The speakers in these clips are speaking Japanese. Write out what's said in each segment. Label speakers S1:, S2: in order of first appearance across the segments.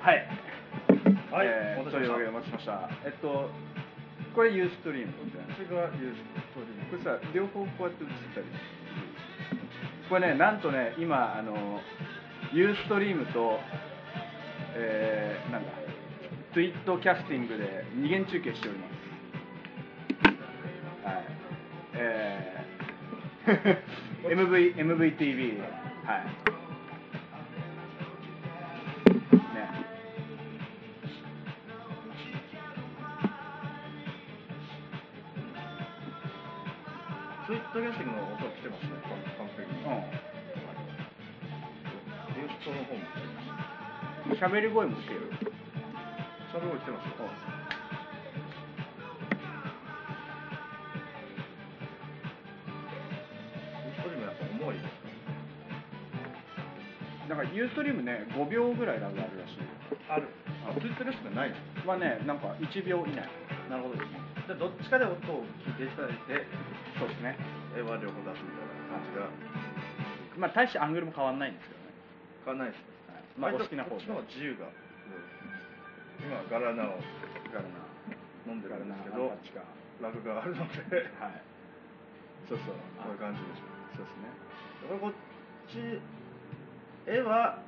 S1: はい
S2: はい
S1: えー
S2: お待
S1: と
S2: たせ
S1: い
S2: し
S1: う
S2: ました
S1: わけでお待たせしましたえっとこれユーストリームこちら
S2: それがユーストリ
S1: こ
S2: ーム
S1: れさ両方こうやって映ったりこれねなんとね今あのユーストリームとえー、なんだツイットキャスティングで二元中継しておりますはいえ ー MV MVTV はいね
S2: ツイッターキャスティングの音が来てますね完完璧に
S1: うん
S2: ユーストの方も来てます
S1: 喋り声もしてる。
S2: ちゃんと来てますよユーストリームやっぱ重いです
S1: だからユーストリームね、5秒ぐらいラグあるらし
S2: かあるあツイッターキャスティングないの
S1: い。はね、なんか1秒以内。
S2: なるほどですねじゃあどっちかで音を聞いていただいて
S1: そうですね。
S2: えー我々を出すみたいな感じが
S1: まあ、大してアングルも変わんないんですけどね。
S2: 変わらないですね
S1: はいまあ、お好
S2: 割と
S1: きな方
S2: こ
S1: で
S2: っちの方が自由が、今ガラナを
S1: ガル
S2: 飲んで
S1: ナ。ガ
S2: る
S1: ルナ
S2: んです
S1: ア
S2: け
S1: ン
S2: ど
S1: パッチか。
S2: ラグがあるので
S1: はい。そうそう。
S2: こういう感じでしょ
S1: そうですね。
S2: これこっち絵は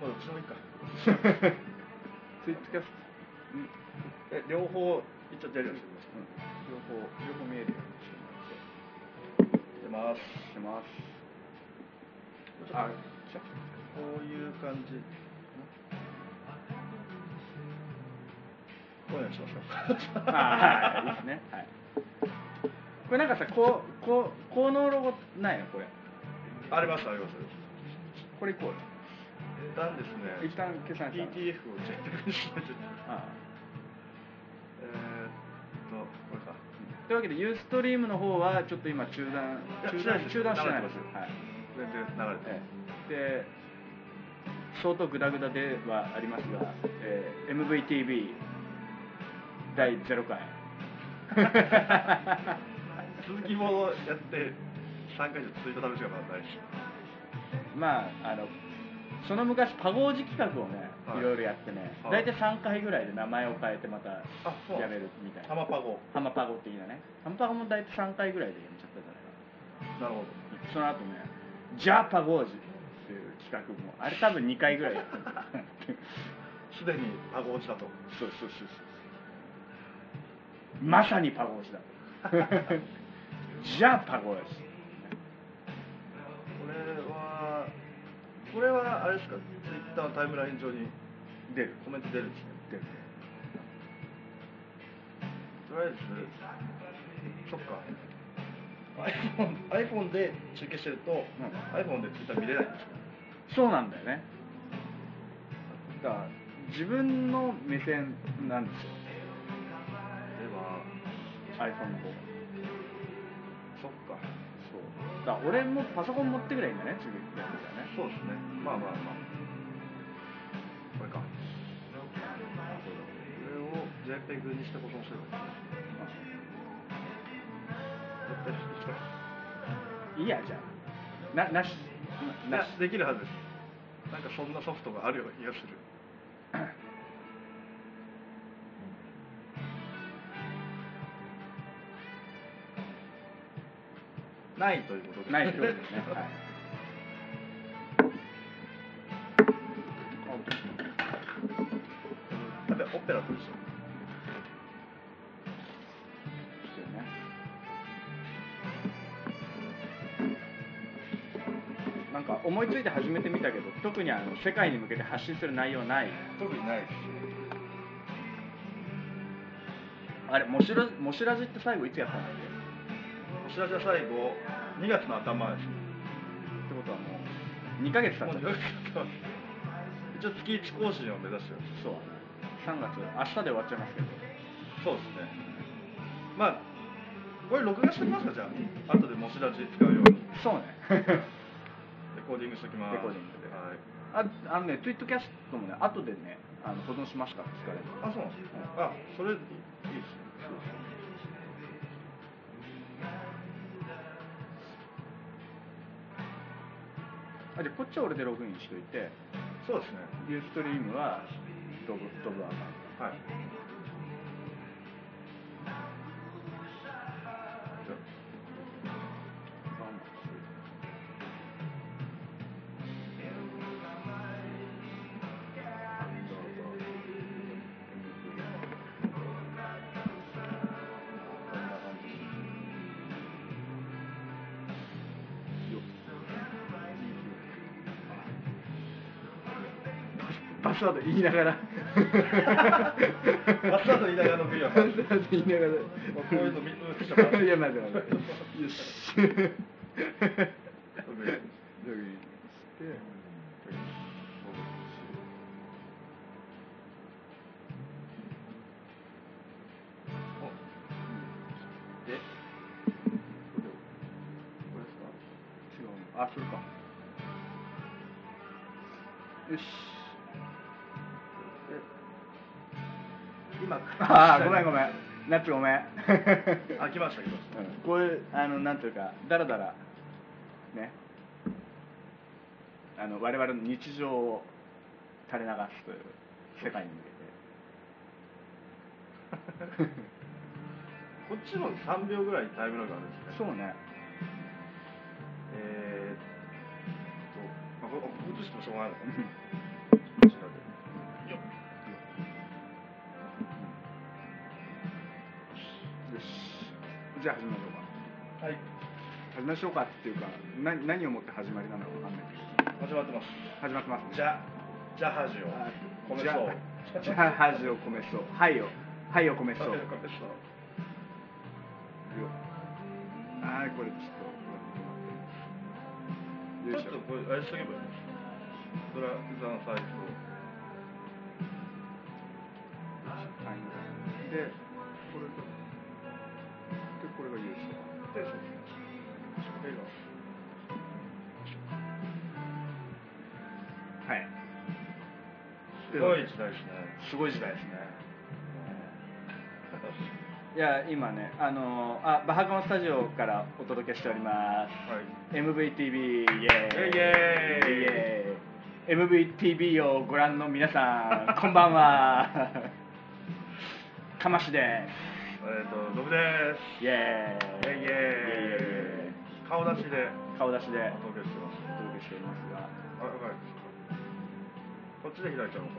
S2: まあどっちでもいいか
S1: ツイッチキャスト。うん。
S2: え両方一応出るようにしてます
S1: 両方、両方見えるようにしてもらって。
S2: 出ます
S1: してます。
S2: あ
S1: あ、来た。
S2: こういう感じこういうのにしましょうか
S1: あはい、いいですね。はい。これなんかさ、こう、こう、効能ロゴないの、これ。
S2: ありますありますあります
S1: これいこうよ。
S2: 一旦ですね
S1: 一旦計算したの
S2: ETF をチェックしましょう
S1: ああ
S2: えーっとこれか
S1: というわけでユーストリームの方はちょっと今中断
S2: いや
S1: 中
S2: しないで
S1: 断
S2: す
S1: 中断してないで
S2: 流れ
S1: す
S2: てます
S1: はい
S2: 全然流れて
S1: ええで相当グダグダではありますが、えー MVTV 第0回
S2: 続きもやって3回以上続いた試しがまだないし
S1: まああのその昔パゴージ企画をね、
S2: はい
S1: い、ろいろやってね、
S2: はい
S1: 大体3回ぐらいで名前を変えてまた
S2: あそう
S1: やめるみたい
S2: ハ
S1: な
S2: マパゴ
S1: ハマパゴ的なねハマパゴも大体3回ぐらいでやめちゃったじゃないかな
S2: なるほど
S1: その後ね、ジャパゴージっていう企画も、あれ多分2回ぐらいやったんだよ
S2: すでにパゴ落ちだと
S1: そうそうそうそう。まさにパゴージ だ。ジャパゴージ。
S2: これはこれはあれですかツイッターのタイムライン上に
S1: 出る。
S2: コメント出るんですね
S1: 出る。
S2: とりあえずそっか iPhone, iPhone で中継してると、
S1: ん
S2: iPhone でツイッター見れないんですよ
S1: そうなんだよね。だから、自分の目線なんですよ。
S2: では
S1: iPhone の方が。
S2: そっか
S1: そう。だから俺もパソコン持ってくればいいんだね、次やるからね。
S2: そうですねまあまあまあこれかこれを JPEG にして保存すればいい絶対してきた
S1: いいや、じゃあ。な、なし。
S2: いやできるはずですなんかそんなソフトがあるような気がするないということ で
S1: ないってことですね。 はい
S2: だってオペラと一緒
S1: そうねなんか思いついて始めてみたけど特にあの世界に向けて発信する内容ない
S2: 特にないです
S1: あれもしろもしらじって最後いつやったんだっけ
S2: お知らせは最後2月の頭 です
S1: ってことはもう2ヶ月経
S2: も
S1: っ
S2: う
S1: ちゃった
S2: 2ヶ月経ってます一応月1更新を目指してます
S1: そうだね3月明日で終わっちゃいますけど
S2: そうですねまあこれ録画しておきますかじゃあ後でもしらじ使うように
S1: そう ね
S2: レコーディングしておきます
S1: レコーディングで
S2: はい
S1: ああのねツイートキャストもね後でねあの保存しますから疲れる
S2: あ、そうなんですね。あ、それいいですね。
S1: あじゃあこっちは俺でログインしといて
S2: そうですね
S1: ユーストリームはドブドブアカウント
S2: はい
S1: パスワード言いなが ら
S2: パスワード言いながらのビデオ
S1: パスワード言いながら
S2: まあこういうの見見せちゃうから
S1: いやまだまだよしドブにして
S2: でこれをこれですか
S1: 違うのあそれかよし
S2: 今
S1: ああごめんごめんナッツごめん
S2: あ来ました来まし
S1: うんこういうあのなんというかだらだらねあの我々の日常を垂れ流すという世界に向け て
S2: たこっちも3秒ぐらいタイムラグあるんですね
S1: そうね
S2: えーっと、まあ、ここ映してもしょうがないのか
S1: うん
S2: なこちらでよっ
S1: よしじゃあ始めましょうか
S2: はい
S1: 始めましょうかっていうかな何をもって始まりなのか分かんないけど
S2: 始まってます
S1: 始まってますね
S2: じゃじゃはじを米
S1: じゃ
S2: そう
S1: じゃあ恥を米そうはいよはいよ米そう
S2: 米
S1: よ
S2: そう
S1: あーこれちょっと
S2: ちょ
S1: よい
S2: っ
S1: しょ
S2: とこれあれしとけばいいのそれは膝のサイズを
S1: はいでこれとでこれが優勝
S2: でそうこれが
S1: はい
S2: すごい時代ですね
S1: すごい時代ですねいや今ねあのーあバハカモスタジオからお届けしております
S2: はい
S1: MVTV イエーイ
S2: イエ
S1: イエーイ
S2: ーイ
S1: MVTV をご覧の皆さ んこんばんはかましで
S2: えっ、と、ドブです
S1: イエーイ
S2: イエーイ顔出しで
S1: イ顔出しで
S2: お届けしてます
S1: お届けしておりますが
S2: あ、わかるこっちで開いちゃうのか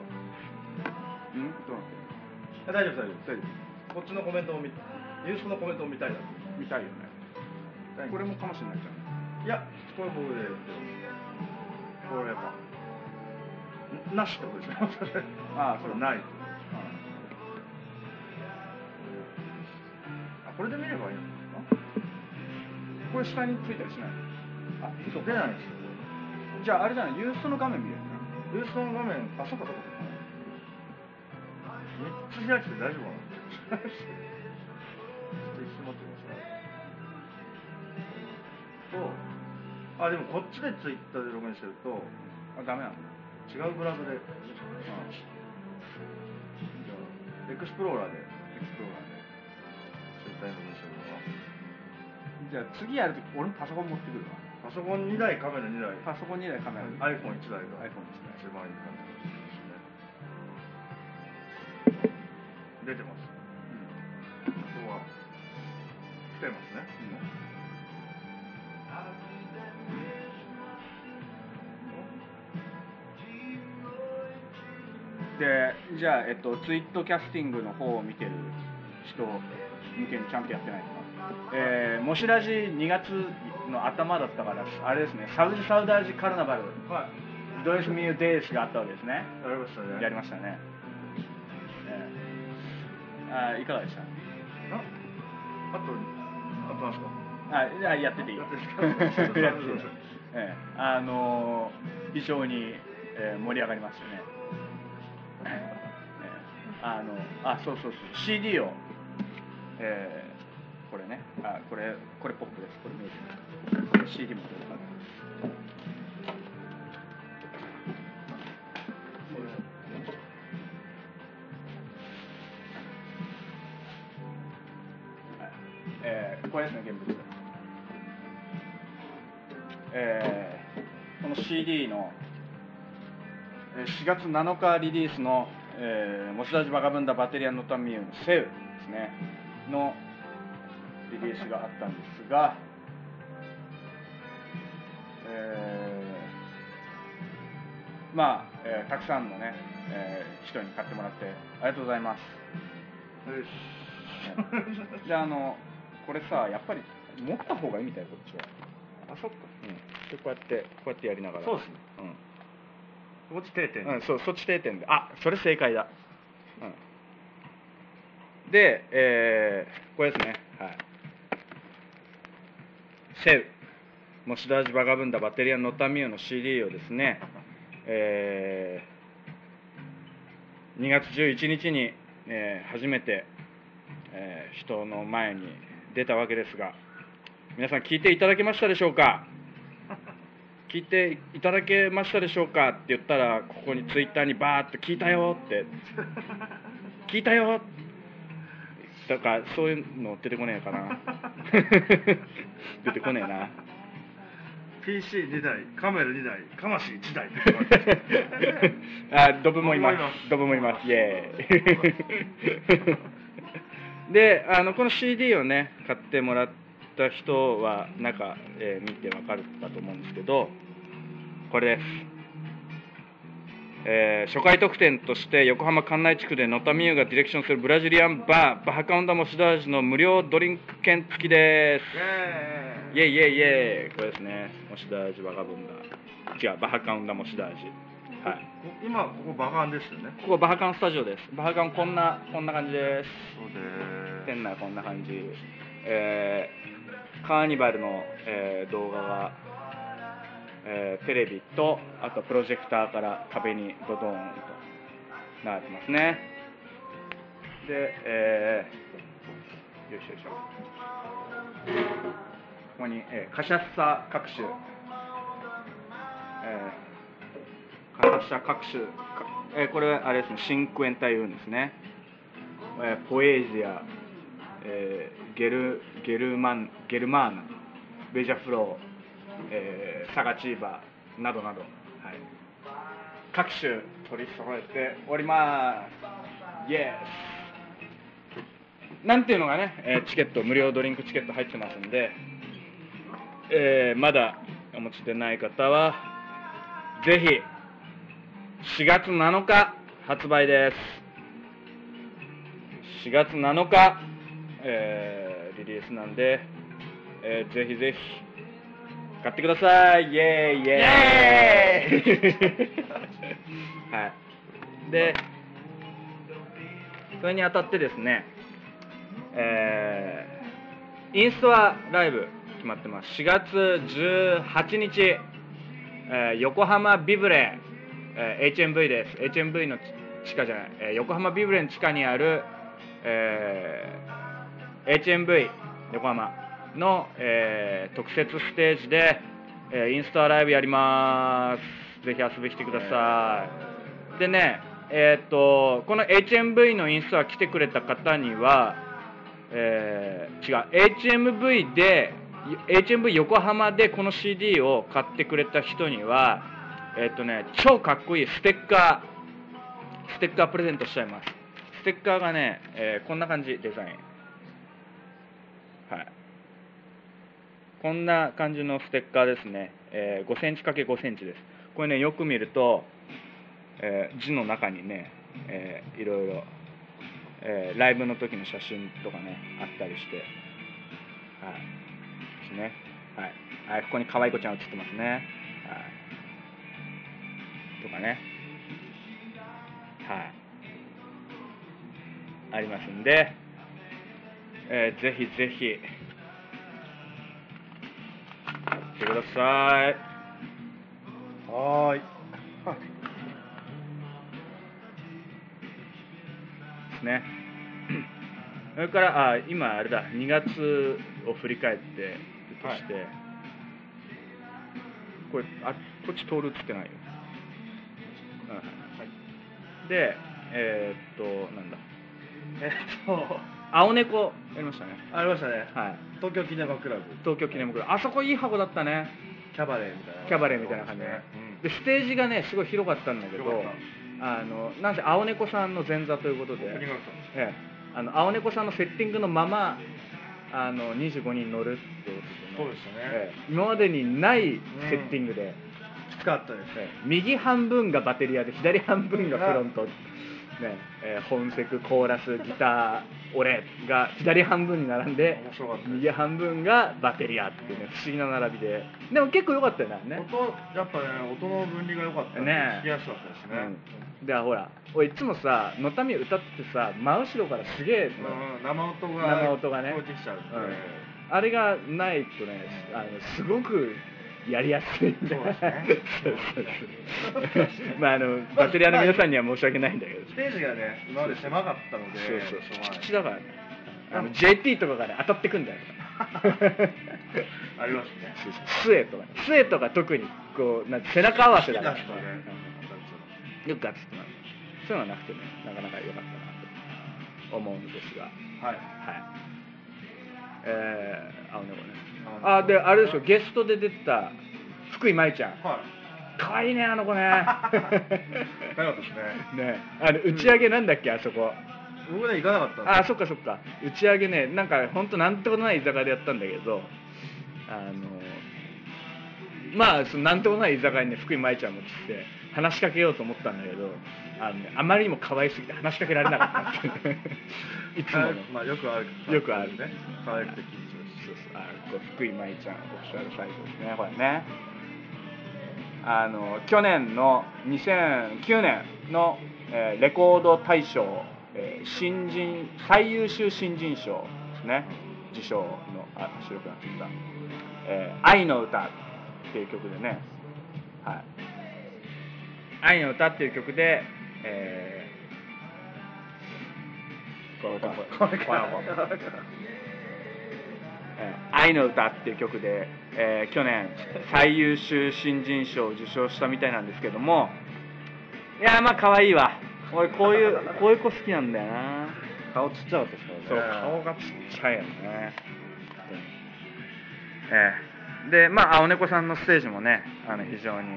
S1: うんどうなってる
S2: あ大丈夫大丈
S1: 大丈
S2: 夫こっちのコメントを見ニュースのコメントを見たいな
S1: 夫見たいよねこれもかもしれないじゃん
S2: いや、これ僕でやってますこれはんなしってことです ね
S1: ああ
S2: これ
S1: そう
S2: な
S1: あ
S2: いあ、これで見ればいいの
S1: これ下についたりしない
S2: あ、そう出ないんですよ
S1: じゃああれじゃないユーストの画面見れるな
S2: ユーストの画面、あ、そうかそうか3つ開いてて大丈夫かなちょっと一瞬待ってくださいと、あ、でもこっちでツイッターでログインしてると
S1: あダメなの
S2: 違うブラウザでエクスプローラーで
S1: エクスプローラーで
S2: ツイッターにログインしてるのか
S1: じゃあ次やるとき俺もパソコン持ってくるわ
S2: パソコン2台、カメラ2台、
S1: パソコン2台カメラで
S2: iPhone1 台が
S1: iPhone 一台
S2: 一番いい感じですね。出てます。ここは来てますね。
S1: でじゃあ、えっと、ツイートキャスティングの方を見てる人向けにちゃんとやってないかな、えー、もしラジ2月の頭だったからあれですねサウジサウダージカルナバル
S2: はい。
S1: ドレスミューデイスがあったわけですね
S2: やりましたね。
S1: やりましたね、えー、あーいかがでした
S2: ああと、あとなんですか
S1: あいややってていいよ。
S2: やってていい
S1: やってていいよええあのー非常に、えー盛り上がりましたね。ええあのあそうそうそう CD を、えーこれねあこれこれポップですこれメイク CD もこれかはいえーこれですね現物えーこの CD の、えー4月7日リリースの「えー、モスラジバカブンダバテリアンノタミウムセウ」ですねのリリースがあったんですが、えーまあ、えーたくさんのね、えー人に買ってもらってありがとうございます
S2: よし
S1: であのこれさやっぱり持った方がいいみたいこっちは
S2: あそっか
S1: うんでこうやってこうやってやりながら
S2: そうですね
S1: うん
S2: 落ち定点
S1: うん、そうそっち定点であそれ正解だ、うん、で、えーこれですねはいセウモシダージバガブンダバテリアンノタミューの CD をですね、えー2月11日に、えー初めて、えー人の前に出たわけですが皆さん聞いていただけましたでしょうか聞いていただけましたでしょうかって言ったらここにツイッターにバーッと聞いたよって聞いたよだからそういうの出てこねえかな出てこねえな
S2: PC2 台カメラ2台カマシ1台
S1: あドブもいますドブもいますイエー イであのこの CD をね買ってもらった人はなんか、えー見てわかるかと思うんですけどこれですえー初回特典として横浜関内地区で野田美優がディレクションするブラジリアンバーバハカウンダモシダージの無料ドリンク券付きです
S2: え
S1: イエイイエイイエイこれですねモシダージバガブンダ違うバハカウンダモシダージはい
S2: 今ここバカンですよね
S1: ここバハカンスタジオですバハカンこんなこんな感じです
S2: そうで
S1: 店内こんな感じえーカーニバルの、えー動画が、えーテレビとあとプロジェクターから壁にドドーンと流れてますねでえーよいしょよいしょここに、えーカシャッサ各種えー開発者各種、かえーこれはあれですね、シンクエンタイウンですね、えーポエージア、えーゲルゲルマンゲルマーナ、ベジャフロー、えーサガチーバーなどなど、はい、各種取り揃えております。イエスなんていうのがね、えーチケット、無料ドリンクチケット入ってますんで、えーまだお持ちでない方は、ぜひ4月7日発売です4月7日、えーリリースなんで、えーぜひぜひ買ってくださいイエーイイエーイ はいでそれにあたってですねえーインストアライブ決まってます4月18日えー横浜ビブレ、えー HMV です HMV の地下じゃない、えー横浜ビブレの地下にある、えー HMV 横浜の、えー特設ステージで、えーインスタライブやりますぜひ遊びに来てくださいでねえーっとこの HMV のインスタ来てくれた方にはえー違う HMV で HMV 横浜でこの CD を買ってくれた人にはえーっ、とね超かっこいいステッカーステッカープレゼントしちゃいますステッカーがね、えーこんな感じデザインはいこんな感じのステッカーですね、えー5センチ ×5 センチですこれねよく見ると、えー字の中にね、えーいろいろえーライブの時の写真とかねあったりしてはいですねはい、はい、ここに可愛い子ちゃん写ってますねはいとかねはいありますんで、えーぜひぜひ買ってください
S2: はーい
S1: ですね それからあ今あれだ2月を振り返ってとして、これあこっち通るっつってないよ、うんでえーっとなんだ
S2: えっと
S1: 青猫やりましたね
S2: ありましたね
S1: はい
S2: 東京記念バクラブ
S1: 東京記念袋あそこいい箱だったね
S2: キャバレーみたいな
S1: キャバレーみたいな感じね
S2: うん
S1: でステージがねすごい広かったんだけど
S3: 広かっ
S1: あのなんせ青猫さんの前座ということで
S3: オープニングだったんです
S1: ええ、あの青猫さんのセッティングのままあの25人乗るっていうこ
S3: そ
S1: と
S3: うで
S1: で
S3: し
S1: ね
S3: た
S1: え
S3: ね、
S1: え今までにないセッティングで、
S2: きつかったです
S1: ええ右半分がバテリアで左半分がフロント、ねえー、本セクコーラスギター俺が左半分に並んで
S3: 面白かった
S1: 右半分がバテリアっていうね不思議な並びででも結構良かったよねあれね
S3: 音やっぱね音の分離が良かったんで
S1: ね
S3: 聞きやすかったですね、
S1: うん、でほら俺いつもさ「のたみ」歌ってさ真後ろからすげえ、
S3: うん生音が
S1: 生音がね
S3: 聞こえてきちゃうって、
S1: うんあれがないとねあのすごくやりやすいんだよ
S3: そうですね
S1: そうそうそう まああのバテリアの皆さんには申し訳ないんだけど
S2: ステージがね今まで狭かったので
S1: そうそう
S2: しょうがない
S1: 敷地だからねあの JT とかがね当たってくん だよ
S3: ありますね
S1: そうそう杖とかね杖とか特にこうなんて背中合わせだから
S3: 好きな人ね
S1: よくガッツってなるそういうのはなくてねなかなか良かったなと思うんですがはい
S2: はい
S1: えー、青猫ね
S2: 青猫
S1: あであれですよゲストで出てた福井舞ちゃん
S3: はい
S1: 可愛いねあの子 ね
S3: 高かったですね
S1: ねあの打ち上げなんだっけあそこ
S2: 僕ね行かなかったんです
S1: あそっかそっか打ち上げねなんか本当なんてことない居酒屋でやったんだけどあのまあそのなんてことない居酒屋にね福井舞ちゃんも来て話しかけようと思ったんだけどあの、ね、あまりにも可愛すぎて話しかけられなかったっていう ねいつもの、
S2: まあよくある
S1: よくある
S2: ね可愛くて緊張し
S1: そうそうあこう福井舞ちゃんオフィシャルサイトですねこれねあの去年の2009年の、えーレコード大賞、えー新人最優秀新人賞ですね受賞のあ白くなってきた「えー愛の歌」っていう曲でねはい「愛の歌」っていう曲で、えーこれこれこれこれこれこれえー愛の歌っていう曲で、えー去年最優秀新人賞を受賞したみたいなんですけどもいやーまあ可愛いわ俺こういう こういう子好きなんだよな
S2: 顔ちっちゃかったですからね
S1: そう顔がちっちゃいよねえーでまあ青猫さんのステージもねあの非常に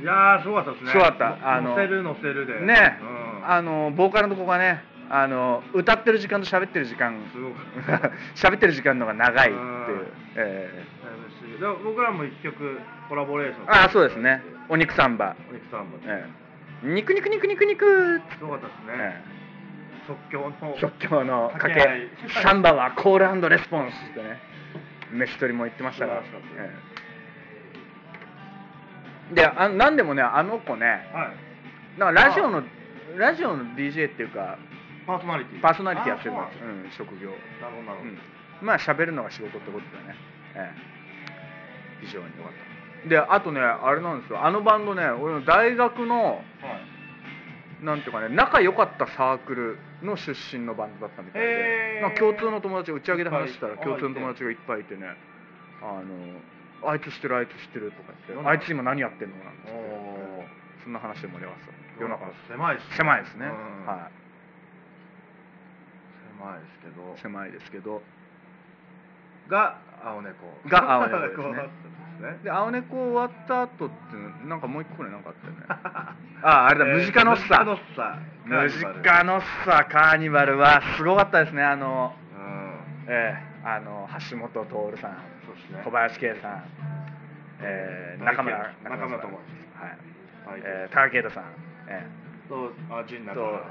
S2: いやーすごかったですね
S1: すごかったあの
S2: 乗せる乗せるで
S1: ね
S2: うん、
S1: あのボーカルの子がねあの歌ってる時間と喋ってる時間
S2: すごく
S1: 喋ってる時間の方が長いっていう
S2: うん、
S1: え
S2: だいぶしで僕らも一曲コラボレーション
S1: ーああそうですねお肉サンバ
S2: お肉さんもね
S1: ええ肉肉肉肉肉
S2: すごかったですね、
S1: え
S2: 即興の
S1: え即興の掛
S2: 掛け
S1: け
S2: 合い
S1: サンバはコールレスポンスってね飯取りも言ってましたから
S2: 素晴らしかっ、た
S1: ええであなんでもねあの子ね
S2: はい
S1: なんかラジオのラジオの DJ っていうか
S2: パーソナリティ
S1: パーソナリティやってるん
S2: あ
S1: です
S2: そう
S1: よ、うん、職業、
S2: なんですなるほどなるほど、
S1: うん、まあ喋るのが仕事ってことだね、ええ、非常に良かったであとねあれなんですよあのバンドね俺の大学の
S2: はい
S1: なんていうかね仲良かったサークルの出身のバンドだったみたい
S2: へ
S1: で
S2: ー
S1: なんか共通の友達が打ち上げで話してたら
S2: いっぱい
S1: 共通の友達がいっぱいいてねあのあいつ知ってるあいつ知ってるとか言ってあいつ今何やってんのなんて言って
S2: おー
S1: そんな話で盛り上がってた夜中です
S2: 狭いですね
S1: 狭いですね、
S2: うん
S1: は
S2: 狭いですけど
S1: い狭いですけど
S2: が青猫
S1: が青猫 ですね
S2: だったんですね
S1: で青猫終わった後ってなんかもう一個ねなんかあったよねあああれだ、ムジカノッサ
S2: ム
S1: ム
S2: ジ カノッサ
S1: ジカノッサカーニバルはすごかったですねあの
S2: うん
S1: ええあの橋本徹さん、
S2: そうですね
S1: 小林圭さん、ええ
S2: 大
S1: 中
S2: 圭
S1: 村
S2: 中村
S1: さん
S2: 智
S1: は
S2: 大
S1: い、
S2: 圭
S1: ええ高啓太さん、え
S2: とあ陣
S1: え
S2: 中
S1: と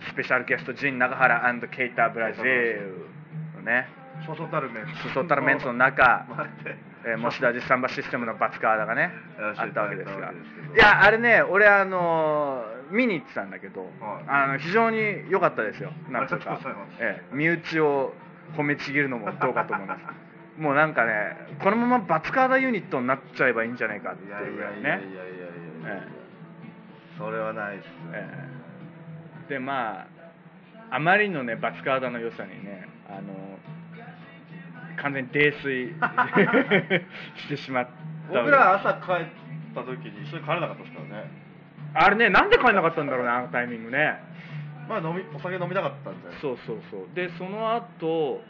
S1: スペシャルゲスト陣中原ケイタブラジルのね、
S2: そうそうたるメンツ
S1: そうそうたるメンツの中
S2: 待って
S1: えー、もしだじサンバシステムのバツカーダがね
S2: やら
S1: あ
S2: せて
S1: っ
S2: い
S1: た
S2: た
S1: わけ
S2: だい
S1: で
S2: た
S1: す
S2: わ
S1: が
S2: けですけど
S1: いやあれね俺あのー見に行ってたんだけど、
S2: は
S1: あの非常に良かったですよなんと
S2: あり
S1: か
S2: がとうございます
S1: ええ身内を褒めちぎるのもどうかと思いますもうなんかねこのままバツカーダユニットになっちゃえばいいんじゃないかってい
S2: いやいう
S1: ぐら
S2: や
S1: い
S2: い
S1: ね
S2: やいやいやいやいや
S1: え
S2: それはないですね
S1: ええでまああまりのねバツカーダの良さにねあの完全に泥 酔してしまった
S2: 僕ら朝帰った時に一緒に帰れなかったですからね
S1: あれねなんで帰んなかったんだろうねあのタイミングね
S2: まあ飲みお酒飲みたかったんじゃないですか
S1: そうそうそうでその後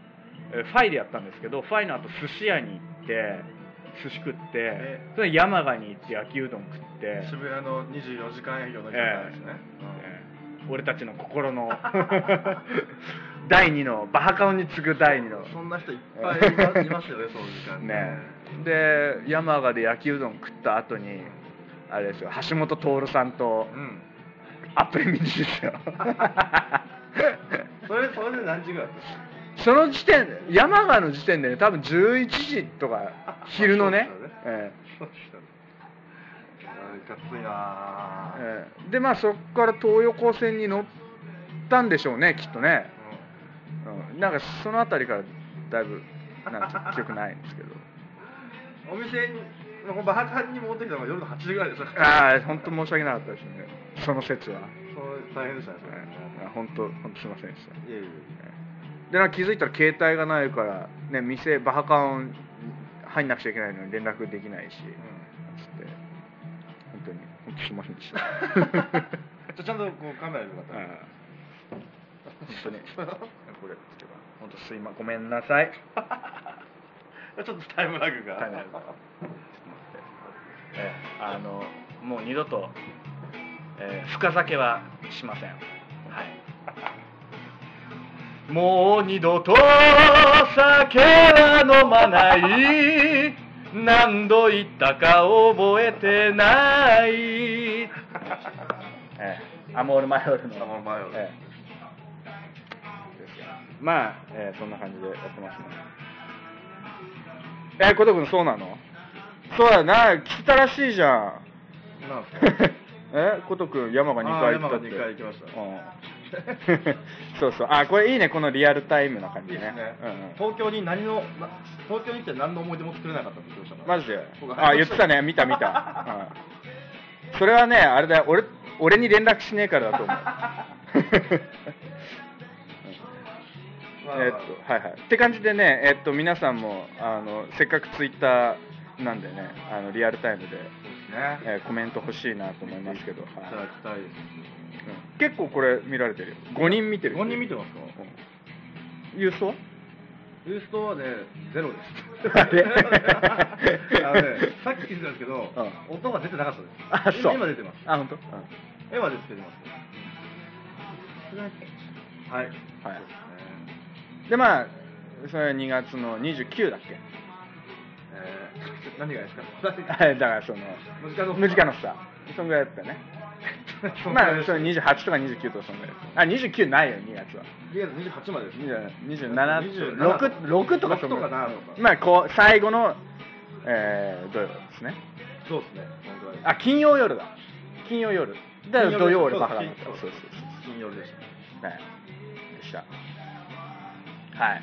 S1: えーファイでやったんですけどファイの後寿司屋に行って寿司食って、
S3: ね
S1: それで山鹿に行って焼きうどん食って、
S3: 渋谷の24時間営業の人ですね、
S1: えー俺たちの心の 第二のバハカオに次ぐ第二の
S3: そんな人いっぱいいまいますよねその時間に
S1: ねで山鹿で焼きうどん食った後にあれですよ橋本徹さんと
S3: うん
S1: アップルミニで すよ
S2: それそれで何時ぐらいだっ
S1: その時点山鹿の時点でね多分11時とか昼のね
S3: そうですよね
S1: え
S3: そうでしたねいかついな
S1: え
S3: ぁ、
S1: ええでまあそこから東横線に乗ったんでしょうねきっとね、うん、なんかその辺りからだいぶなんか記憶ないんです けど
S3: うんお店にこのバハカンに戻ってきたのが夜の8時ぐらいですよ
S1: ああ本当申し訳なかったですねその説は、
S3: そう大変でしたねそれ
S1: 本当本当すいませんでした
S3: いえいえ
S1: でなんか気づいたら携帯がないから、ね、店バハカン入んなくちゃいけないのに連絡できないし、つって本当に本当すいませんでした
S2: たちゃんとこうカメラでよかった
S1: う
S2: ら、
S1: ん本当にこれ本当すいまごめんな さい
S2: ちょっとタイムラグが
S1: タイムラグがええあのもう二度と、ええ深酒はしませんはい もう二度と酒は飲まない何度言ったか覚えてない、ええアモールマヨルの
S3: アモールマヨル
S1: ええですよまあ、ええそんな感じでやってますねえー、コト君そうなのそうだな聞いたらしいじゃん
S3: なんですか
S1: えコト君山が2回行ったって
S3: あー山が二回行きました
S1: うん そうそうあこれいいねこのリアルタイムな感
S2: いい
S1: じね
S2: ですね、
S1: うんうん
S2: 東京に何のな東京に行って何の思い出も作れなかったって言ってましたから
S1: マジで
S2: 僕
S1: あ言ってたね見た見た、うんそれはねあれだよ俺俺に連絡しねえからだと思う
S2: まあまあ
S1: えっとはいはいって感じでねえっと皆さんもあのせっかくツイッターなんでねあのリアルタイムで、
S3: そうですね
S1: えーコメント欲しいなと思いますけど、
S3: いた
S1: は
S3: だ
S1: い
S3: きたいです
S1: うん結構これ見られてるよ5人見てる
S2: 5人見てますか
S1: うん郵送
S2: ユーストはねゼロです
S1: あ れ
S2: あのねさっき聞いてたんですけど、
S1: う
S2: 音が出てなかったです
S1: あそう
S2: 今出てます
S1: あ本当、うん
S2: 絵は出てますはい
S1: はい
S2: そうですね
S1: でまあそれは2月の29だっけ
S2: えー何がですか何が
S1: はいだからその
S2: ムジカノフ
S1: ムジカノフさそんぐらいだったね
S2: そんぐ
S1: ま
S2: らい
S1: あ
S2: です
S1: それ28とか29とかそんぐらいあ29ないよ2月は
S2: リアル28までですね
S1: 27
S2: 27
S1: 6とかそんぐらい
S2: 六とか七とか
S1: まあこう最後の、えー、土曜ですね
S2: そうですねそんぐらい
S1: あ金曜夜だ金曜夜だから土曜俺バカだった
S2: そう
S1: そ
S2: そうう
S1: そうそう
S2: 金曜日でした
S1: はい、でした。はい。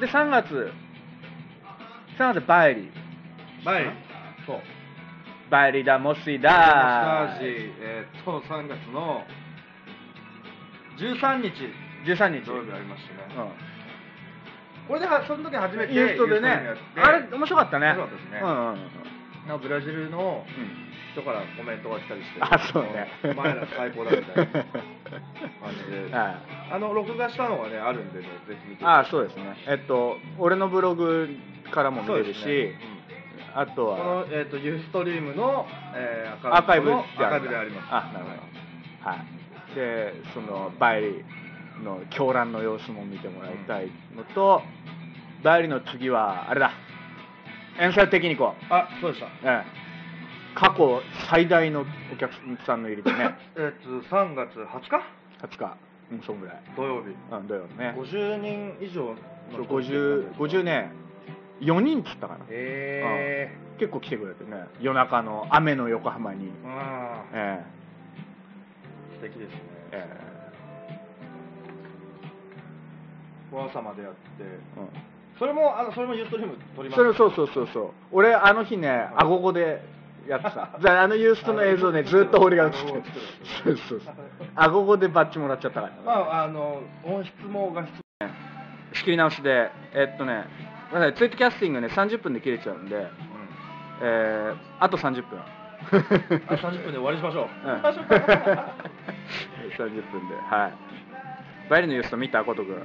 S1: で、3月、3月、バイリー。
S3: はいそう
S1: バイリーだ、モスイ
S3: マ
S1: だ
S3: ッサ。ージえーっと3月の13日
S1: 13日。
S3: 土曜日ありましたね、
S1: うん
S3: これではその時初めて
S1: ユーストでね
S3: ユーストにや
S1: あ
S3: って
S1: れ面白かったね
S3: 面白かったですね
S1: うんうんうん
S2: なんかブラジルの
S1: うん
S2: 人からコメントが来たりして
S1: あそうね
S2: お前ら最高だみたいな感じで
S1: はい
S2: あの録画したのがねあるんでねぜひ見て
S1: あそうですねえっと俺のブログからも見
S2: そう
S1: れ
S2: で
S1: る
S2: す
S1: し、
S2: ね
S1: あと
S2: こ
S1: は
S2: のえっ、とユーストリームの、えー
S1: アーカイブ
S2: のアーカ
S1: あ
S2: イブであります
S1: あなるほどはいでそのバイリーの狂乱の様子も見てもらいたいのと、バイリーの次はあれだ遠征的に行こう
S2: はいあそうでした
S1: ええ過去最大のお客さんの入りでね
S2: えっ、と3月20日
S1: 20日うんそんぐらい
S2: 土曜日
S1: うんだよね
S2: 50人以上
S1: そう50 50ね4人っつったかな、
S2: え
S1: うん結構来てくれてね夜中の雨の横浜に、
S2: ー、ああ
S1: え
S2: 素敵ですね、
S1: ええ
S2: ご朝までやって
S1: えうん
S2: それもあのそれもユーストリーム撮りまし
S1: そ
S2: た
S1: れそうそうそうそう俺あの日ねあごごでやってたじゃああのユーストの映像ねずっと俺が映ってる
S2: あの
S1: そうそうそうあごごでバッチもらっちゃったから、
S2: まああの音質も画質も
S1: 仕切り直しでえっとねごめんなさいツイートキャスティングね30分で切れちゃうんで、えー、あと30分
S2: あ30分で終わりしましょう、
S1: うん30分ではいバイリのユースト 見たことくん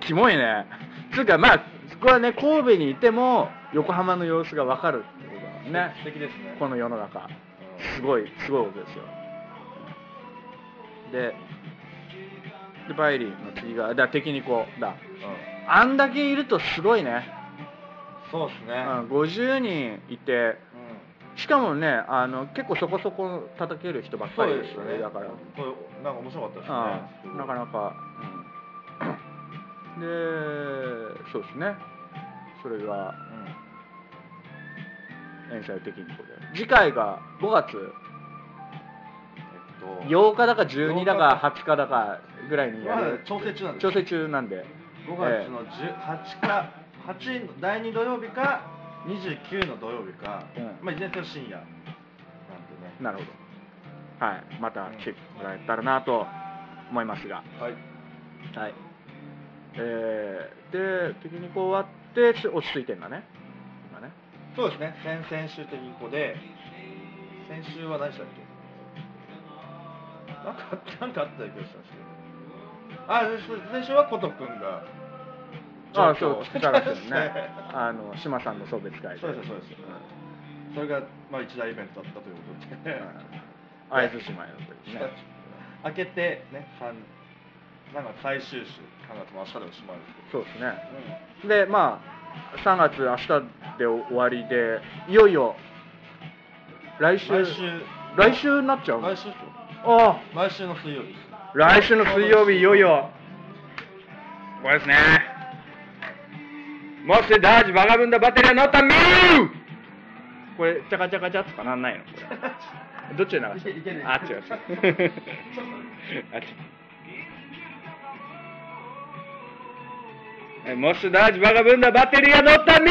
S1: キモいねつうかまあこれはね神戸にいても横浜の様子が分かるってことだもん ね
S2: 素敵ですね
S1: この世の中すごいすごいことですよででバイリーの次がだ敵にこうだ
S2: うん
S1: あんだけいるとすごいね、
S2: そうですね
S1: う。ん、50人いてしかもねあの結構そこそこ叩ける人ばっかりですよねだから
S2: これなんか面白かったです
S1: うん
S2: ね。
S1: なかなか、うん、でそうですねそれが連載的にこれ次回が5月
S2: うん。えっと。
S1: 8日だか12だか20日だかぐらいにや
S2: まだ
S1: る
S2: 調整中なんです。
S1: 調整中なんで
S2: 5月の18か8第2土曜日か29の土曜日か、
S1: うん
S2: まあいずれにせよ深夜なんで
S1: えー
S2: ね。
S1: なるほどはいまた来てもらえたらなと思いますが
S2: はい。
S1: はいえー、で敵にこう終わってちょ落ち着いてんだね今ね
S2: そうですね。先々週的にこで先週は何でしたっけ？なんかなんかあったような気がしたんですけど。あ、そう先週はコト君が
S1: ああ
S2: 状況
S1: そう
S2: を
S1: 北 川君ね
S2: ね
S1: あの志麻さんの送別会で
S2: そうですそうですそれが、まあ、一大イベントだったということ で、
S1: うん会津島やったりね
S2: 明けてね、三なんか最終週、3月も明日でおしまいですけ
S1: そうです
S2: ど、
S1: ねでまあ3月明日で終わりでいよいよ来週
S2: 来週
S1: 来週になっちゃうの
S2: 毎週っすよ
S1: あ
S2: 毎週の水曜日です。
S1: あ来週の水曜日いよいよこれですねもしダージバガブンダバテリア乗ったミーこれチャカチャカチャとかなんないのこれどっちで流した
S2: いけるいける
S1: あっち があっち えもしダージバガブンダバテリア乗ったミー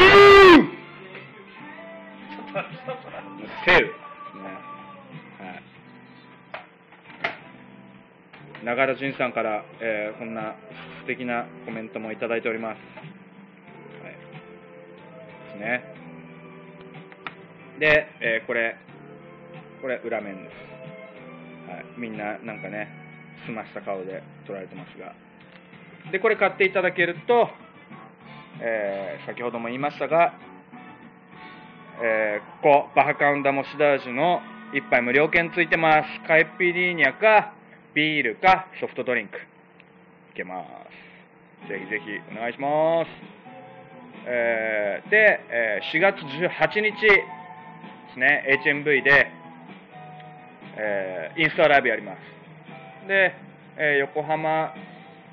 S1: セールですね。はい長良仁さんから、えーこんな素敵なコメントもいただいております。はい、ですね。で、えーこれ、これ裏面です。はい、みんななんかね、澄ました顔で撮られてますが。で、これ買っていただけると、えー先ほども言いましたが、えーここ、バハカウンダモシダージュの一杯無料券ついてます。カイピリーニャか、ビールか、ソフトドリンク。いけます。ぜひぜひお願いします。えーで、えー4月18日ですね、HMV で、えーインスタライブやります。で、えー横浜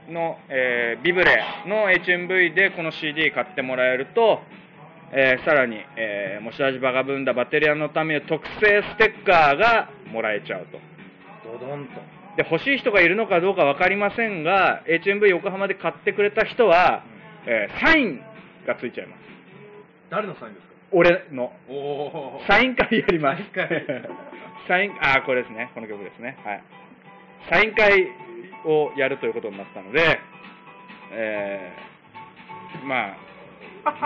S1: の、えービブレの HMV でこの CD 買ってもらえると、えーさらに、えー、モシラジバガブンダバテリアのための特製ステッカーがもらえちゃうと。
S2: ドドンと。
S1: で欲しい人がいるのかどうか分かりませんが HMV 横浜で買ってくれた人は、えーサインがついちゃいます
S3: 誰のサインですか
S1: 俺の
S3: おお
S1: サイン会やり ます
S3: サイン会
S1: サインあーこれですねこの曲ですねはいサイン会をやるということになったのでえーまあ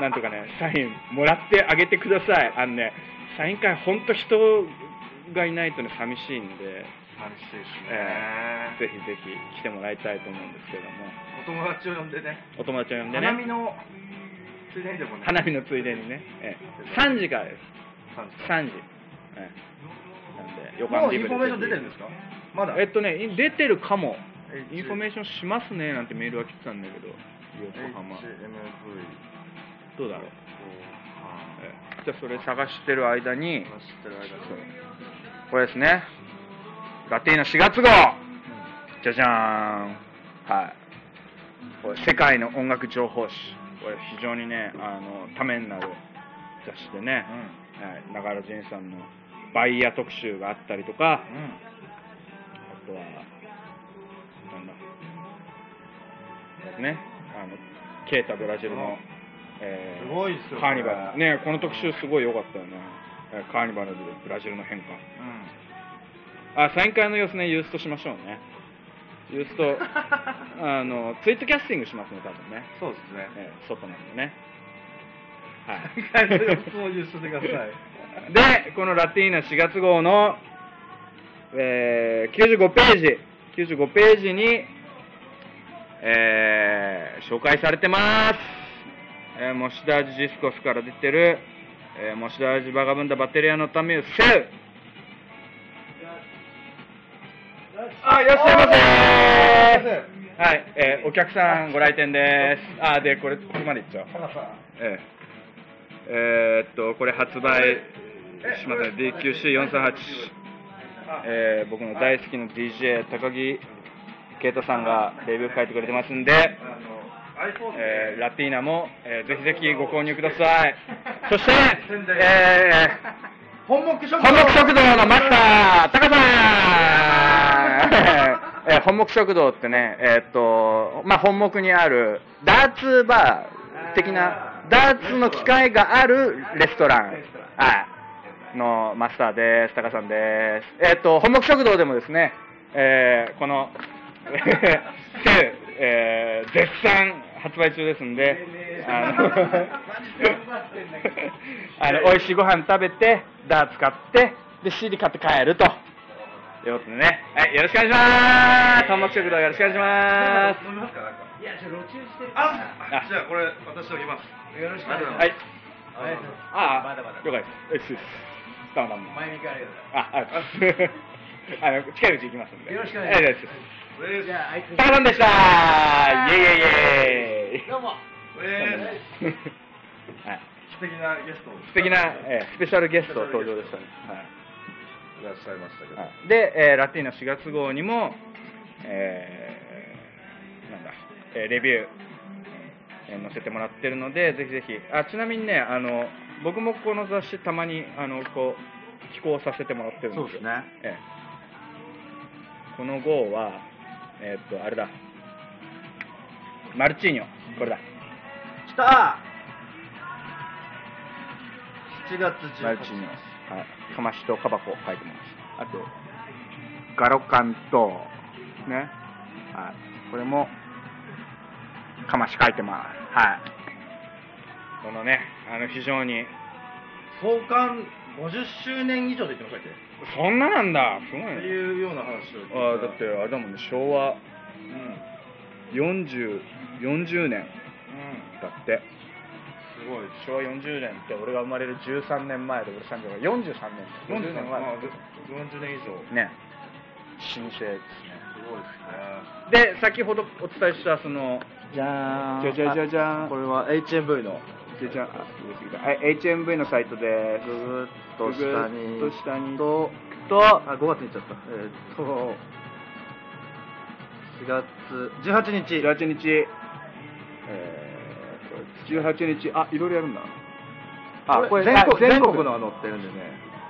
S1: なんと かねサインもらってあげてくださいあのねサイン会本当人がいないとね寂しいんで
S3: 寂しいです
S1: えーぜ
S3: ね、
S1: ひぜひ来てもらいたいと思うんですけども
S3: お友達を呼んでね
S1: お友達を呼んでね
S3: 花見のついでにでもね
S1: 花見のついでにね、ええ3時からです
S3: 三時
S1: 3時、ええなんで横
S2: も
S1: 浜
S2: うイ
S1: ビ
S2: ン
S1: ブ
S2: フォメーション出てるんですかまだ
S1: えっとねい出てるかも
S2: H-
S1: インフォメーションしますねなんてメールが来てたんだけど横浜
S2: HMV
S1: どうだろう、
S2: こ
S1: ええじゃあそれ探してる間に
S2: う話してる間に
S1: そうこれですねガティーナ4月号じゃじゃーんはいこれ世界の音楽情報誌これ非常にねあのためになる雑誌でね、はい、長良仁さんのバイヤー特集があったりとか、
S2: うんうん
S1: あとは、なんだ、ですね、あの、ケータブラジルの、えー
S2: すごいっすよ
S1: カーニバル。
S2: これ
S1: ね、この特集すごい良かったよね。えーカーニバルでブラジルの変化。あ、サイン会の様子ね、ユーストしましょうね。ユース ト、あの、ツイートキャスティングしますね、多分ね。
S2: そうですね
S1: えー外なんでね。は
S2: サイン会
S1: い。
S2: の様子を優勝してください
S1: で、このラティーナ4月号の、えー95ページ、95ページに、えー紹介されてます。えー、モシダージディスコスから出てる、えー、モシダージバガブンダバテリアのためをセウあ、いらっしゃいませはい、えー、お客さんご来店です。あ、で、これ、ここまでいっちゃおう。えええーっと、これ発売しますね。DQC438。えー、僕の大好きな DJ 高木啓太さんがレビュー書いてくれてますんで、えー、ラティーナも、えー、ぜひぜひご購入ください。そ して、えー、
S2: 本目食堂
S1: 本木食堂のマスター、タカさんえー本木食堂ってね、えーっと、まあ、本木にあるダーツバー的な、ダーツの機械があるレストラン、はい、のマスターです、タカさんです。えーっと、本木食堂でもですね、えーこ の、セえー絶賛発売中ですんで、あの、あの美味しいご飯食べて、ダーツ買って、で、CD 買って帰ると。ということでね、はい、よろしくお願いします。本木食堂よろしくお願いし
S4: 飲みますかなんか
S5: いや、ちょ、路中してる
S4: あ
S1: あ
S4: じゃあこれ私おきます
S5: ら。よろしくお
S4: あ
S5: 願
S4: り
S5: い
S4: が
S5: し
S4: とうご
S1: ます
S5: ま。
S4: ざ
S1: す。はい。
S5: はい
S1: ああ、
S5: まだまだ
S1: 了解です。よしよし。たまたま。
S5: 前向きありがとうござい
S1: あ、 ありがとうございます。あの、近いうち行きますんで。
S5: よろしくお願いします
S1: ありがとうござい
S4: これ
S5: ます。じゃあ、
S1: ま
S5: あい
S1: す。タカさんでしたイェイイェイイェイ
S5: どう
S4: こ
S5: も。
S4: れ
S1: はい、
S4: 素敵なゲスト
S1: 素敵な、えースペシャルゲスト登場でしたね。
S4: いらっしゃいましたけ
S1: はいはい、で、えーラティーナ4月号にも、えーなんだ、えーレビュー、えー載せてもらってるので、ぜひぜひ、あちなみにねあの、僕もこの雑誌、たまにあのこう寄稿させてもらってるんですよ。
S2: ね
S1: ええこの号は、えーっと、あれだ、マルチーニョ、これだ。
S2: 来た7
S1: マ
S2: 月
S1: ル
S2: 18
S1: チニョ、はい、かましとかばこ書いてます。あと、ガロカンと、ね、はい、これも、かまし書いてます。はい。このね、あの、非常に、
S2: 創刊50周年以上で言ってましたっけ
S1: そんななんだ、すごい
S2: って
S1: ね。
S2: いうような話を聞い
S1: あ
S2: た
S1: ーだって、あれだもんね、昭和
S2: うんうん
S1: 40、40年だって。すごい、昭和40年って、俺が生まれる13年前で、俺3年前、43年、40年前。
S2: まあ40年以上す
S1: ね、新生ですね。
S2: ごいですね
S1: で先ほどお伝えしたその
S2: じゃーん
S1: じゃじゃじゃじゃん
S2: あこれは HMV の
S1: じゃじゃあ上杉だはい HMV のサイトで
S2: ぐぐっと下に
S1: ぐぐっと下に
S2: と
S1: と
S2: あ5月に行っちゃったえーっと4月18日
S1: 18日えーと18日あいろいろやるんだあこれ
S2: 全国
S1: あ
S2: 全国のは載ってるんでね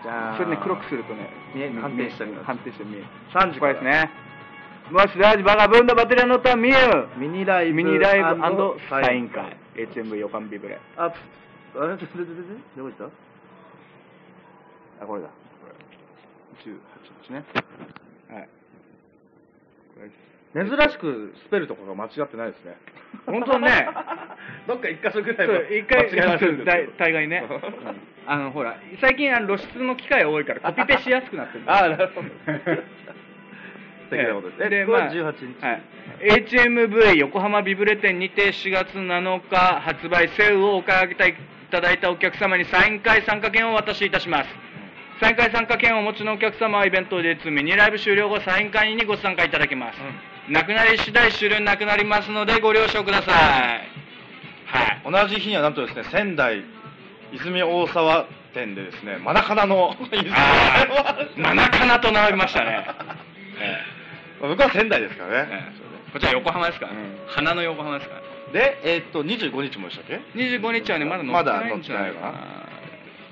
S2: じゃーん
S1: それね黒くするとね
S2: 見え判定したり
S1: 判定して見える
S2: 3時
S1: こ
S2: から
S1: れですねもしラジバがブンダバテリアのたミュ
S2: ミニライブ
S1: ミニライブサ
S2: サ
S1: イ
S2: イ
S1: ン
S2: ン
S1: 会
S2: 会
S1: HMV 予感ビブレ
S2: あっあれでででででどこ行った
S1: あ、これだ。十八日ね。はい。
S2: 珍しくスペルとかが間違ってないですね
S1: 本当ね。
S2: どっか一箇所ぐ
S1: そ
S2: らいは
S1: う一回
S2: 間違えられるんですけど
S1: 大概ね。あのほら最近あの露出の機会多いから コピペしやすくなってる。
S2: ああ、なる ほど。素敵なことです。え、
S1: で
S2: これ
S1: まあ
S2: 18日。
S1: はい HMV 横浜ビブレ店にて4月7日発売セウをお買い上げたいただいたお客様にサイン会参加券をお渡しいたしますサイン会参加券をお持ちのお客様はイベントを実ミニライブ終了後サイン会にご参加いただけます、なくなり次第終了なくなりますのでご了承くださいはい
S4: 同じ日にはなんとですね仙台泉大沢店でですねマナカナの泉
S1: あ
S4: 大沢
S1: あマナカナと並びましたね、え
S4: 僕は仙台ですから
S1: え
S4: ね、
S1: ええこっちは横浜ですから、
S4: うん
S1: 花の横浜ですから
S4: でえーっと25日もでしたっけ
S1: 25日はねまだ乗
S4: ま
S1: って
S4: だ
S1: ないんじゃないか
S4: 乗って
S1: な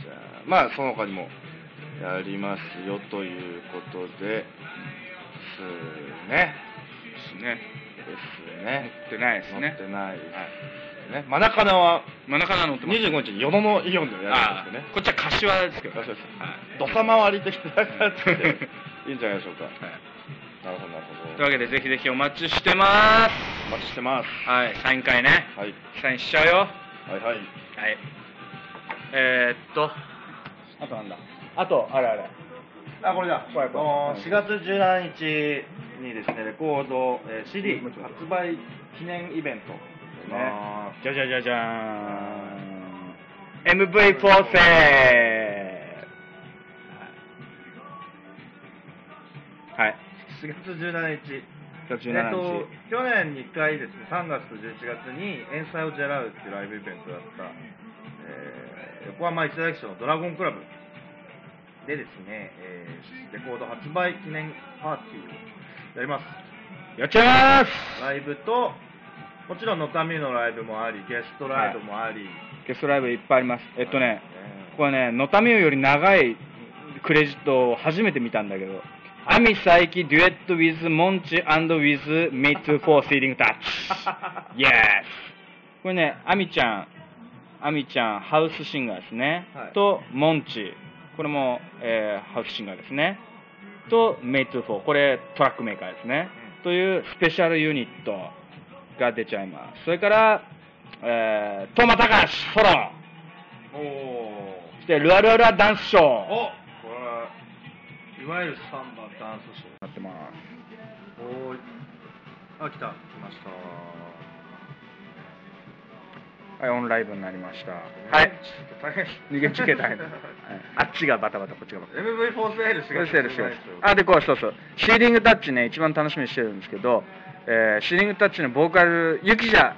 S4: じゃあまあその他にもやりますよということですね
S1: ですね
S4: です
S1: 乗
S4: ね
S1: ってないです
S4: 乗っ
S1: ね
S4: てないですねマナカナは
S1: 真ん中なの乗ってます
S4: 25日に与野のイオンでや
S1: あ
S4: るんですよね
S1: あこっちは柏ですけどね
S4: そうです
S1: はい
S4: 土佐回り的な感じでいいんじゃないでしょうか
S1: はい
S4: なるほどなるほ
S1: という
S4: ど
S1: わけでぜひぜひお待ちしてま
S4: お待ちしてます
S1: すはいサイン会ね
S4: はい
S1: サインしちゃうよは
S4: はいはい
S1: いえー、っとあとなんだあとあれあれ
S2: あ、これだ。
S1: これこれ
S2: あの4月17日にですね、レコード、えー CD 発売記念イベント、
S6: ですね
S1: あーじゃじゃじゃじゃーん MV 構成はい
S2: 4月17日
S1: 117日、
S2: えっと、去年2回ですね、3月と11月に、演才をジェラウっていうライブイベントだった、えー横浜一大駅所のドラゴンクラブでですね、えーレコード発売記念パーティーをやります。
S1: やっちゃいます
S2: ライブと、もちろんのためのライブもあり、ゲストライブもあり、
S1: ゲストライブいっぱいありますえっとねこれねのたみよより長いクレジットを初めて見たんだけど亜美佐伯デュエット with モンチ and with me too for sealing touch yes これね亜美ちゃん亜美ちゃんハウスシンガーですね、
S2: はい
S1: とモンチこれも、えーハウスシンガーですねと Mate24 これトラックメーカーですね、というスペシャルユニットが出ちゃいますそれから、えー、トマタカシフォロー
S2: おお
S1: そしてルアルアルアダンスショー
S2: おこれはいわゆるサンバダンスショー
S1: なってます
S2: おーいあ来た来ました
S1: はいオンライブになりましたはい
S2: 大変
S1: 逃げチケット 入る、はいあっちがバタバタこっちがバタ
S2: MV4 セールし
S1: そうですそうですそうです
S2: あ
S1: あでこうそうそうシーリングタッチね一番楽しみにしてるんですけど、えーシーリングタッチのボーカルゆきじゃ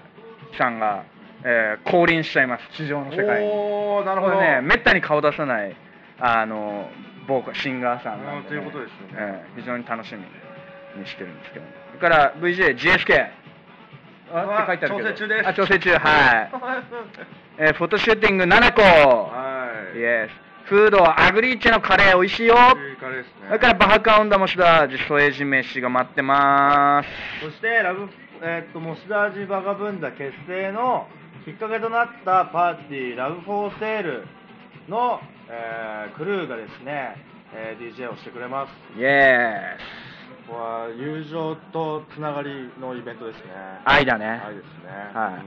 S1: さんが、えー降臨しちゃいます地上の世界に
S2: おーなるほ
S1: こ
S2: ど
S1: れねめったに顔出さないあのボーカルシンガーさんなんで、ね、
S2: うんということですよね
S1: ええ非常に楽しみにしてるんですけどそれから VJGSK あって書いてあるけど
S2: 調整中です
S1: あ調整 中はい、えーフォトシューティング7個
S2: はい
S1: イエスフードアグリーチェのカレー美味しいよ
S2: いいカレーですね
S1: それからバハカウンダモシダ味添えじ飯が待ってまーす
S2: そしてラブえーっとモスダージバガブンダ結成のきっかけとなったパーティーラブフォーセールの、えークルーがですね、えー DJ をしてくれます
S1: イエス
S2: ここは友情とつながりのイベントですね
S1: 愛だね
S2: 愛ですね
S1: はい
S2: うん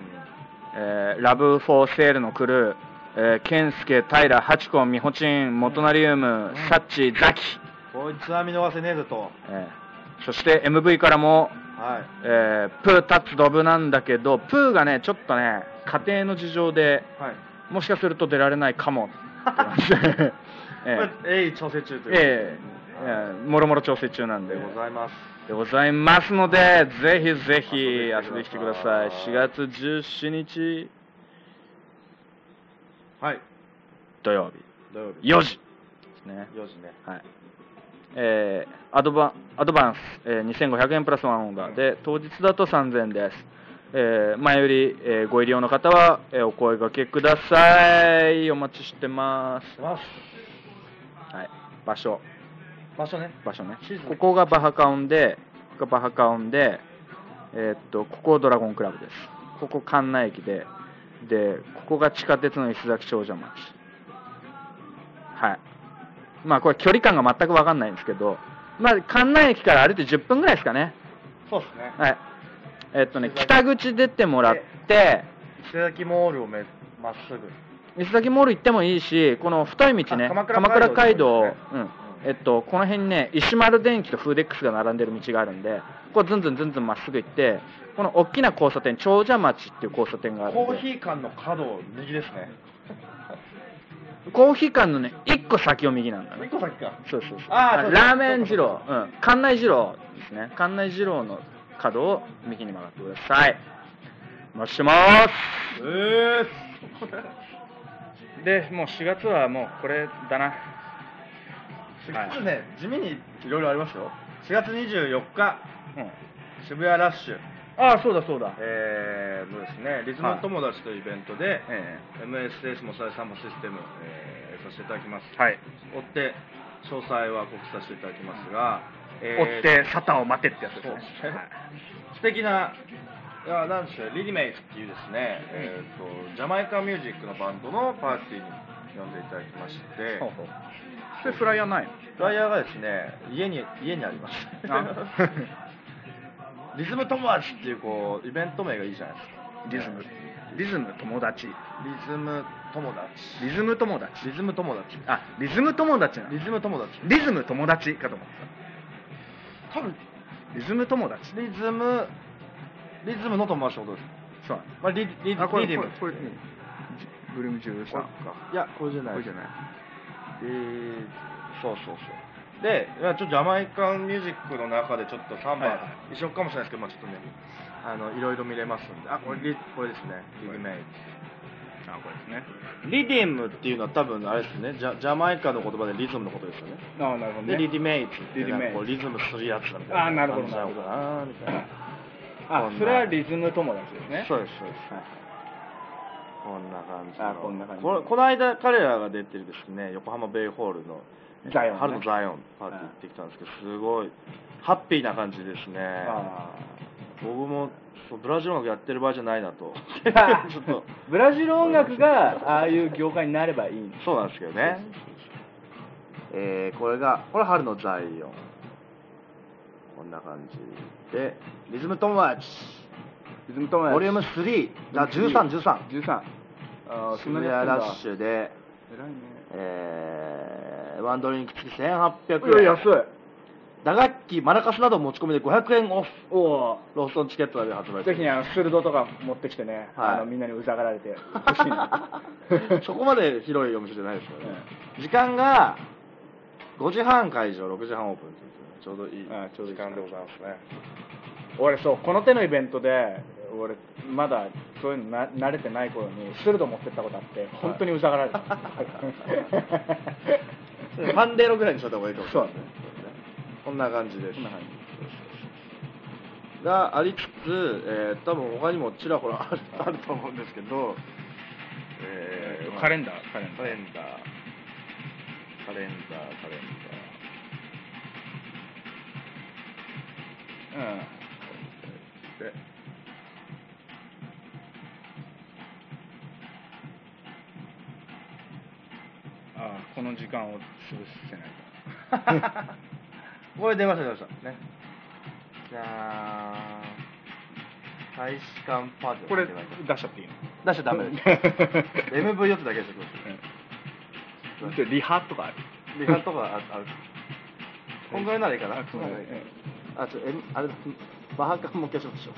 S1: えーラブフォーセールのクルー、えー、ケンスケ、タイラ、ハチコ、ミホチン、モトナリウム、サッチ、ザキ、
S2: こいつは見逃せねえぞと
S1: えーそして MV からも、
S2: はい
S1: えープー、タッツ、ドブなんだけど、プーがね、ちょっとね、家庭の事情で、
S2: はい
S1: もしかすると出られないかも って感じでえー
S2: これ鋭意調整中ということで
S1: えーえーもろもろ調整中なんで
S2: でございます
S1: でございますので、ぜひぜひ遊
S2: 遊
S1: び
S2: び
S1: に来
S2: に来
S1: て
S2: て
S1: く
S2: く
S1: だ
S2: だ
S1: さ
S2: さ
S1: い
S2: い。
S1: 4月17日
S2: はい
S1: 土曜
S2: 土曜日
S1: 日、4時ですね。
S2: 4時ね
S1: はいえーアドバアドバンス、えー2500円プラスワンオーダーで当日だと3000円です、えー前より、えーご入り用の方は、えーお声掛けくださいお待ちしてます、
S2: ます
S1: はい、場所
S2: 場所ね
S1: 場所ね
S2: 静か
S1: ここがバハカオンでここがバハカオンでえーっとここドラゴンクラブですここ関内駅ででここが地下鉄の伊勢崎長者町はいまあこれ距離感が全く分かんないんですけどまあ関内駅から歩いて10分ぐらいですかね
S2: そうですね
S1: はいえーっとね北口出てもらって
S2: 伊勢崎モールをめまっすぐ
S1: 伊勢崎モール行ってもいいしこの太い道ね
S2: あ鎌倉
S1: 鎌倉街道
S2: 街
S1: う
S2: 道
S1: んえっと、この辺にね石丸電機とフーデックスが並んでる道があるんでここずんずんずんずんまっすぐ行ってこの大きな交差点長者町っていう交差点があるんで
S2: コーヒー館の角を右ですね
S1: コーヒー館のね1個先を右なんだね
S2: 2個先か
S1: そうそうそう
S2: あーそうそう
S1: ラーメン二
S2: そう
S1: 郎うん館内二郎ですね館内二郎の角を右に曲がってくださいお待ちしてます
S2: えー
S1: でもう4月はもうこれだな
S2: 4月ね、地味にいろいろありますよ4月24日
S1: うん
S2: 渋谷ラッシュ
S1: ああそうだそうだ
S2: えーのですねリズム友達というイベントで、
S1: え
S2: MSS もサイサンもシステム、えーさせていただきます
S1: えはい
S2: 追って詳細は告知させていただきますが、えー
S1: 追ってサタンを待てってやつです
S2: そう
S1: ね
S2: ですね素敵な、いやなんでしょう、リリメイっていうですね、えーと、ジャマイカミュージックのバンドのパーティーに呼んでいただきまして、
S1: ほうほうそれフライヤーないの
S2: フライヤーがですね、家に、家にあります。 リズム友達っていうこう、イベント名がいいじゃないですか。
S1: リズムリズム友達
S2: リズム友達。
S1: リズム友達
S2: リズム友達。
S1: あリズム友達なの
S2: リズム友達。
S1: リズム友達かと思って
S2: 多分、
S1: たリズム友達
S2: リズム、リズムの友達ってことです。
S7: そう
S2: まあ、リリリデ
S7: あこれ
S2: ィ
S7: こ
S2: ム
S7: れこれ、ね、ブルーム13か
S2: いやこれじゃない
S7: これじゃない
S2: えーそうそうそうでまあちょっとジャマイカンミュージックの中でちょっとサン
S1: はい
S2: バ
S1: は
S2: 一緒かもしれないですけど、まあ、ちょっとねあのいろいろ見れますんであこれリこれですねリディメ
S5: あこれで
S2: イ
S5: すね
S2: リディムっていうのは多分あれですねジャジャマイカの言葉でリズムのことですよね
S1: ああなるほど
S2: で
S1: ね
S2: リディメイツって
S1: リディ
S2: なん
S1: メイツ
S2: かこうリズムするやつだみたいな
S1: あなるほど
S2: 感じなのかなみたいな
S1: あそれはリズム友達ですね
S2: そうですそうです、こんな感じの
S1: あこんな感じ
S2: これこの間彼らが出てるですね横浜ベイホールの
S1: ザイオンね
S2: 春のザイオンパーティー行ってきたんですけどすごいハッピーな感じですね
S1: あ
S2: 僕もそうブラジル音楽やってる場合じゃないな と ち
S1: あ
S2: ょっと
S1: ブラジル音楽がああいう業界になればいいんで
S2: そうなんですけどねえーこれがこれ春のザイオンこんな感じでリズム友達
S1: リズム友達
S2: ボリューム3あ1313
S1: 13ああ
S2: 渋谷ラッシュで、
S1: 偉いね
S2: えーワンドリンク付き1800
S1: い
S2: 円
S1: や安い
S2: 打楽器マラカスなど持ち込みで500円オフ
S1: おお
S2: ローソンチケットで発売
S1: ぜひねあの鋭とか持ってきてね、
S2: はい
S1: あのみんなにうざがられてほ しいな
S2: そこまで広いお店じゃないですよね、時間が5時半開場6時半オープンっていうねちょうどいい
S1: あちょうどいい
S2: 時間でございますね
S1: 俺そうこの手のイベントで俺まだそういうのな慣れてない頃に鋭持ってったことあって本当にうざがられた、
S2: ファンデーロぐらいにしといた方がいいかもしれない
S1: そう
S2: こんな感じです
S1: こんな感じ
S2: がありつつ、えー多分他にもちらほらある あると思うんですけど、えー
S5: カレンダーカレン
S2: カ
S5: ダー
S2: レンダー、カレンダー、カレンダー。で
S5: あこの時間を潰せない
S2: これ出ました出ましたねじゃあ大使館 パズル
S5: これ
S2: 出
S5: 出
S2: し
S5: しちゃっていいの
S2: ちゃダメです MV4 つだけですよこれ
S5: リハとかある
S2: リハとかああるこんぐらいならいいかな
S5: あこんぐらいうん
S2: あちょ M あれバハカンも消しましょう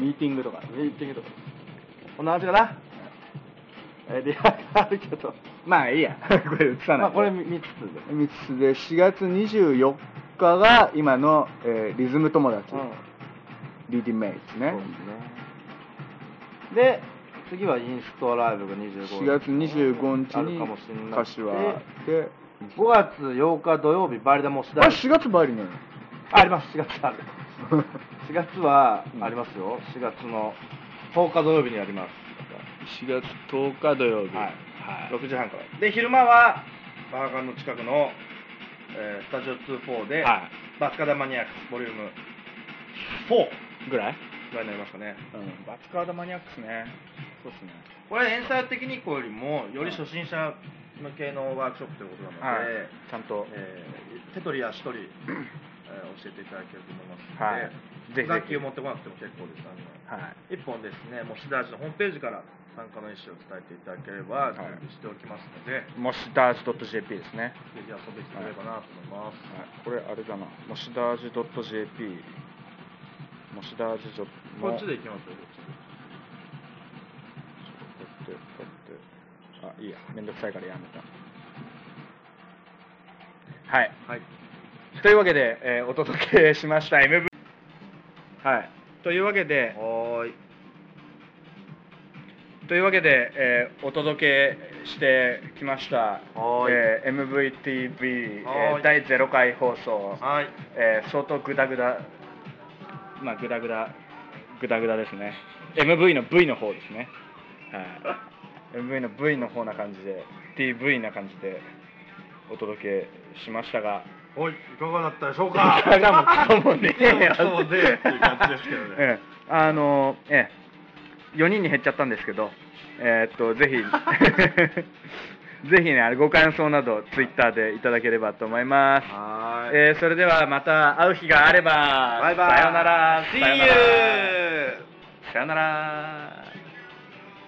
S1: ミーティングとか
S2: ミーティングとかこんな感じかなえリハがあるけど
S1: まあいい やこれ映さない、
S2: まあこれ3つで
S1: 3つで4月24日が今の、えーリズム友達、リディメイですね
S2: そうですねで次はインストライブが25
S1: 4月25日
S2: ある
S1: に
S2: かもしれなくて
S1: 柏で
S2: 5月8日土曜日バリダモシ
S1: あ
S2: ダ
S1: 4月バリね
S2: あります4月ある4月はありますよ4月の10日土曜日にあります
S5: 4月10日土曜日
S2: はい
S5: はい
S2: 6時半からで昼間はバーガンの近くの、えースタジオ24で、
S5: は
S2: バスカダマニアックスボリューム4
S5: ぐらい
S2: ぐらいになりますかね
S5: うんバツカードマニアックスねそうですね
S2: これ演奏的にこよりもより初心者向けのワークショップということなので、
S5: ちゃんと
S2: えー手取り足取り、えー教えていただけると思いますので、
S5: はいぜひぜひ
S2: 楽器を持ってこなくても結構ですあの
S5: はい
S2: 一本ですね、もうシダージのホームページから参加の意思を伝えていただければ準備しておきますので、
S5: モシダージ .jp ですね
S2: ぜひ遊びに来てくれればなと思います。
S5: はいこれあれだなモシダージ .jp モシダージ
S2: こっちで行きますよ、こっちで。
S5: こうやってこうやってあいいやめんどくさいからやめたはい
S2: はい。
S5: というわけで、えーお届けしました MV はいというわけで
S2: はーい。
S5: というわけで、えーお届けしてきました、
S2: はい
S5: えー MVTV、え
S2: は
S5: ー
S2: い
S5: 第0回放送、
S2: はい。
S5: えー相当グダグダまあグダグダグダグダですね MV の V の方ですねはい MV の V の方な感じで TV な感じでお届けしましたが
S2: はい、いかがだったでしょう
S5: あ
S2: か
S5: らもかもねえよ
S2: かもねえっていう感じですけどね
S5: ええあのええ4人に減っちゃったんですけどえーっとぜひ ぜひねあれご感想などツイッターでいただければと思います
S2: はーい。
S5: えーそれではまた会う日があれば
S2: バイバイ
S5: さよなら
S2: See
S5: さよなら
S2: you!
S5: さよなら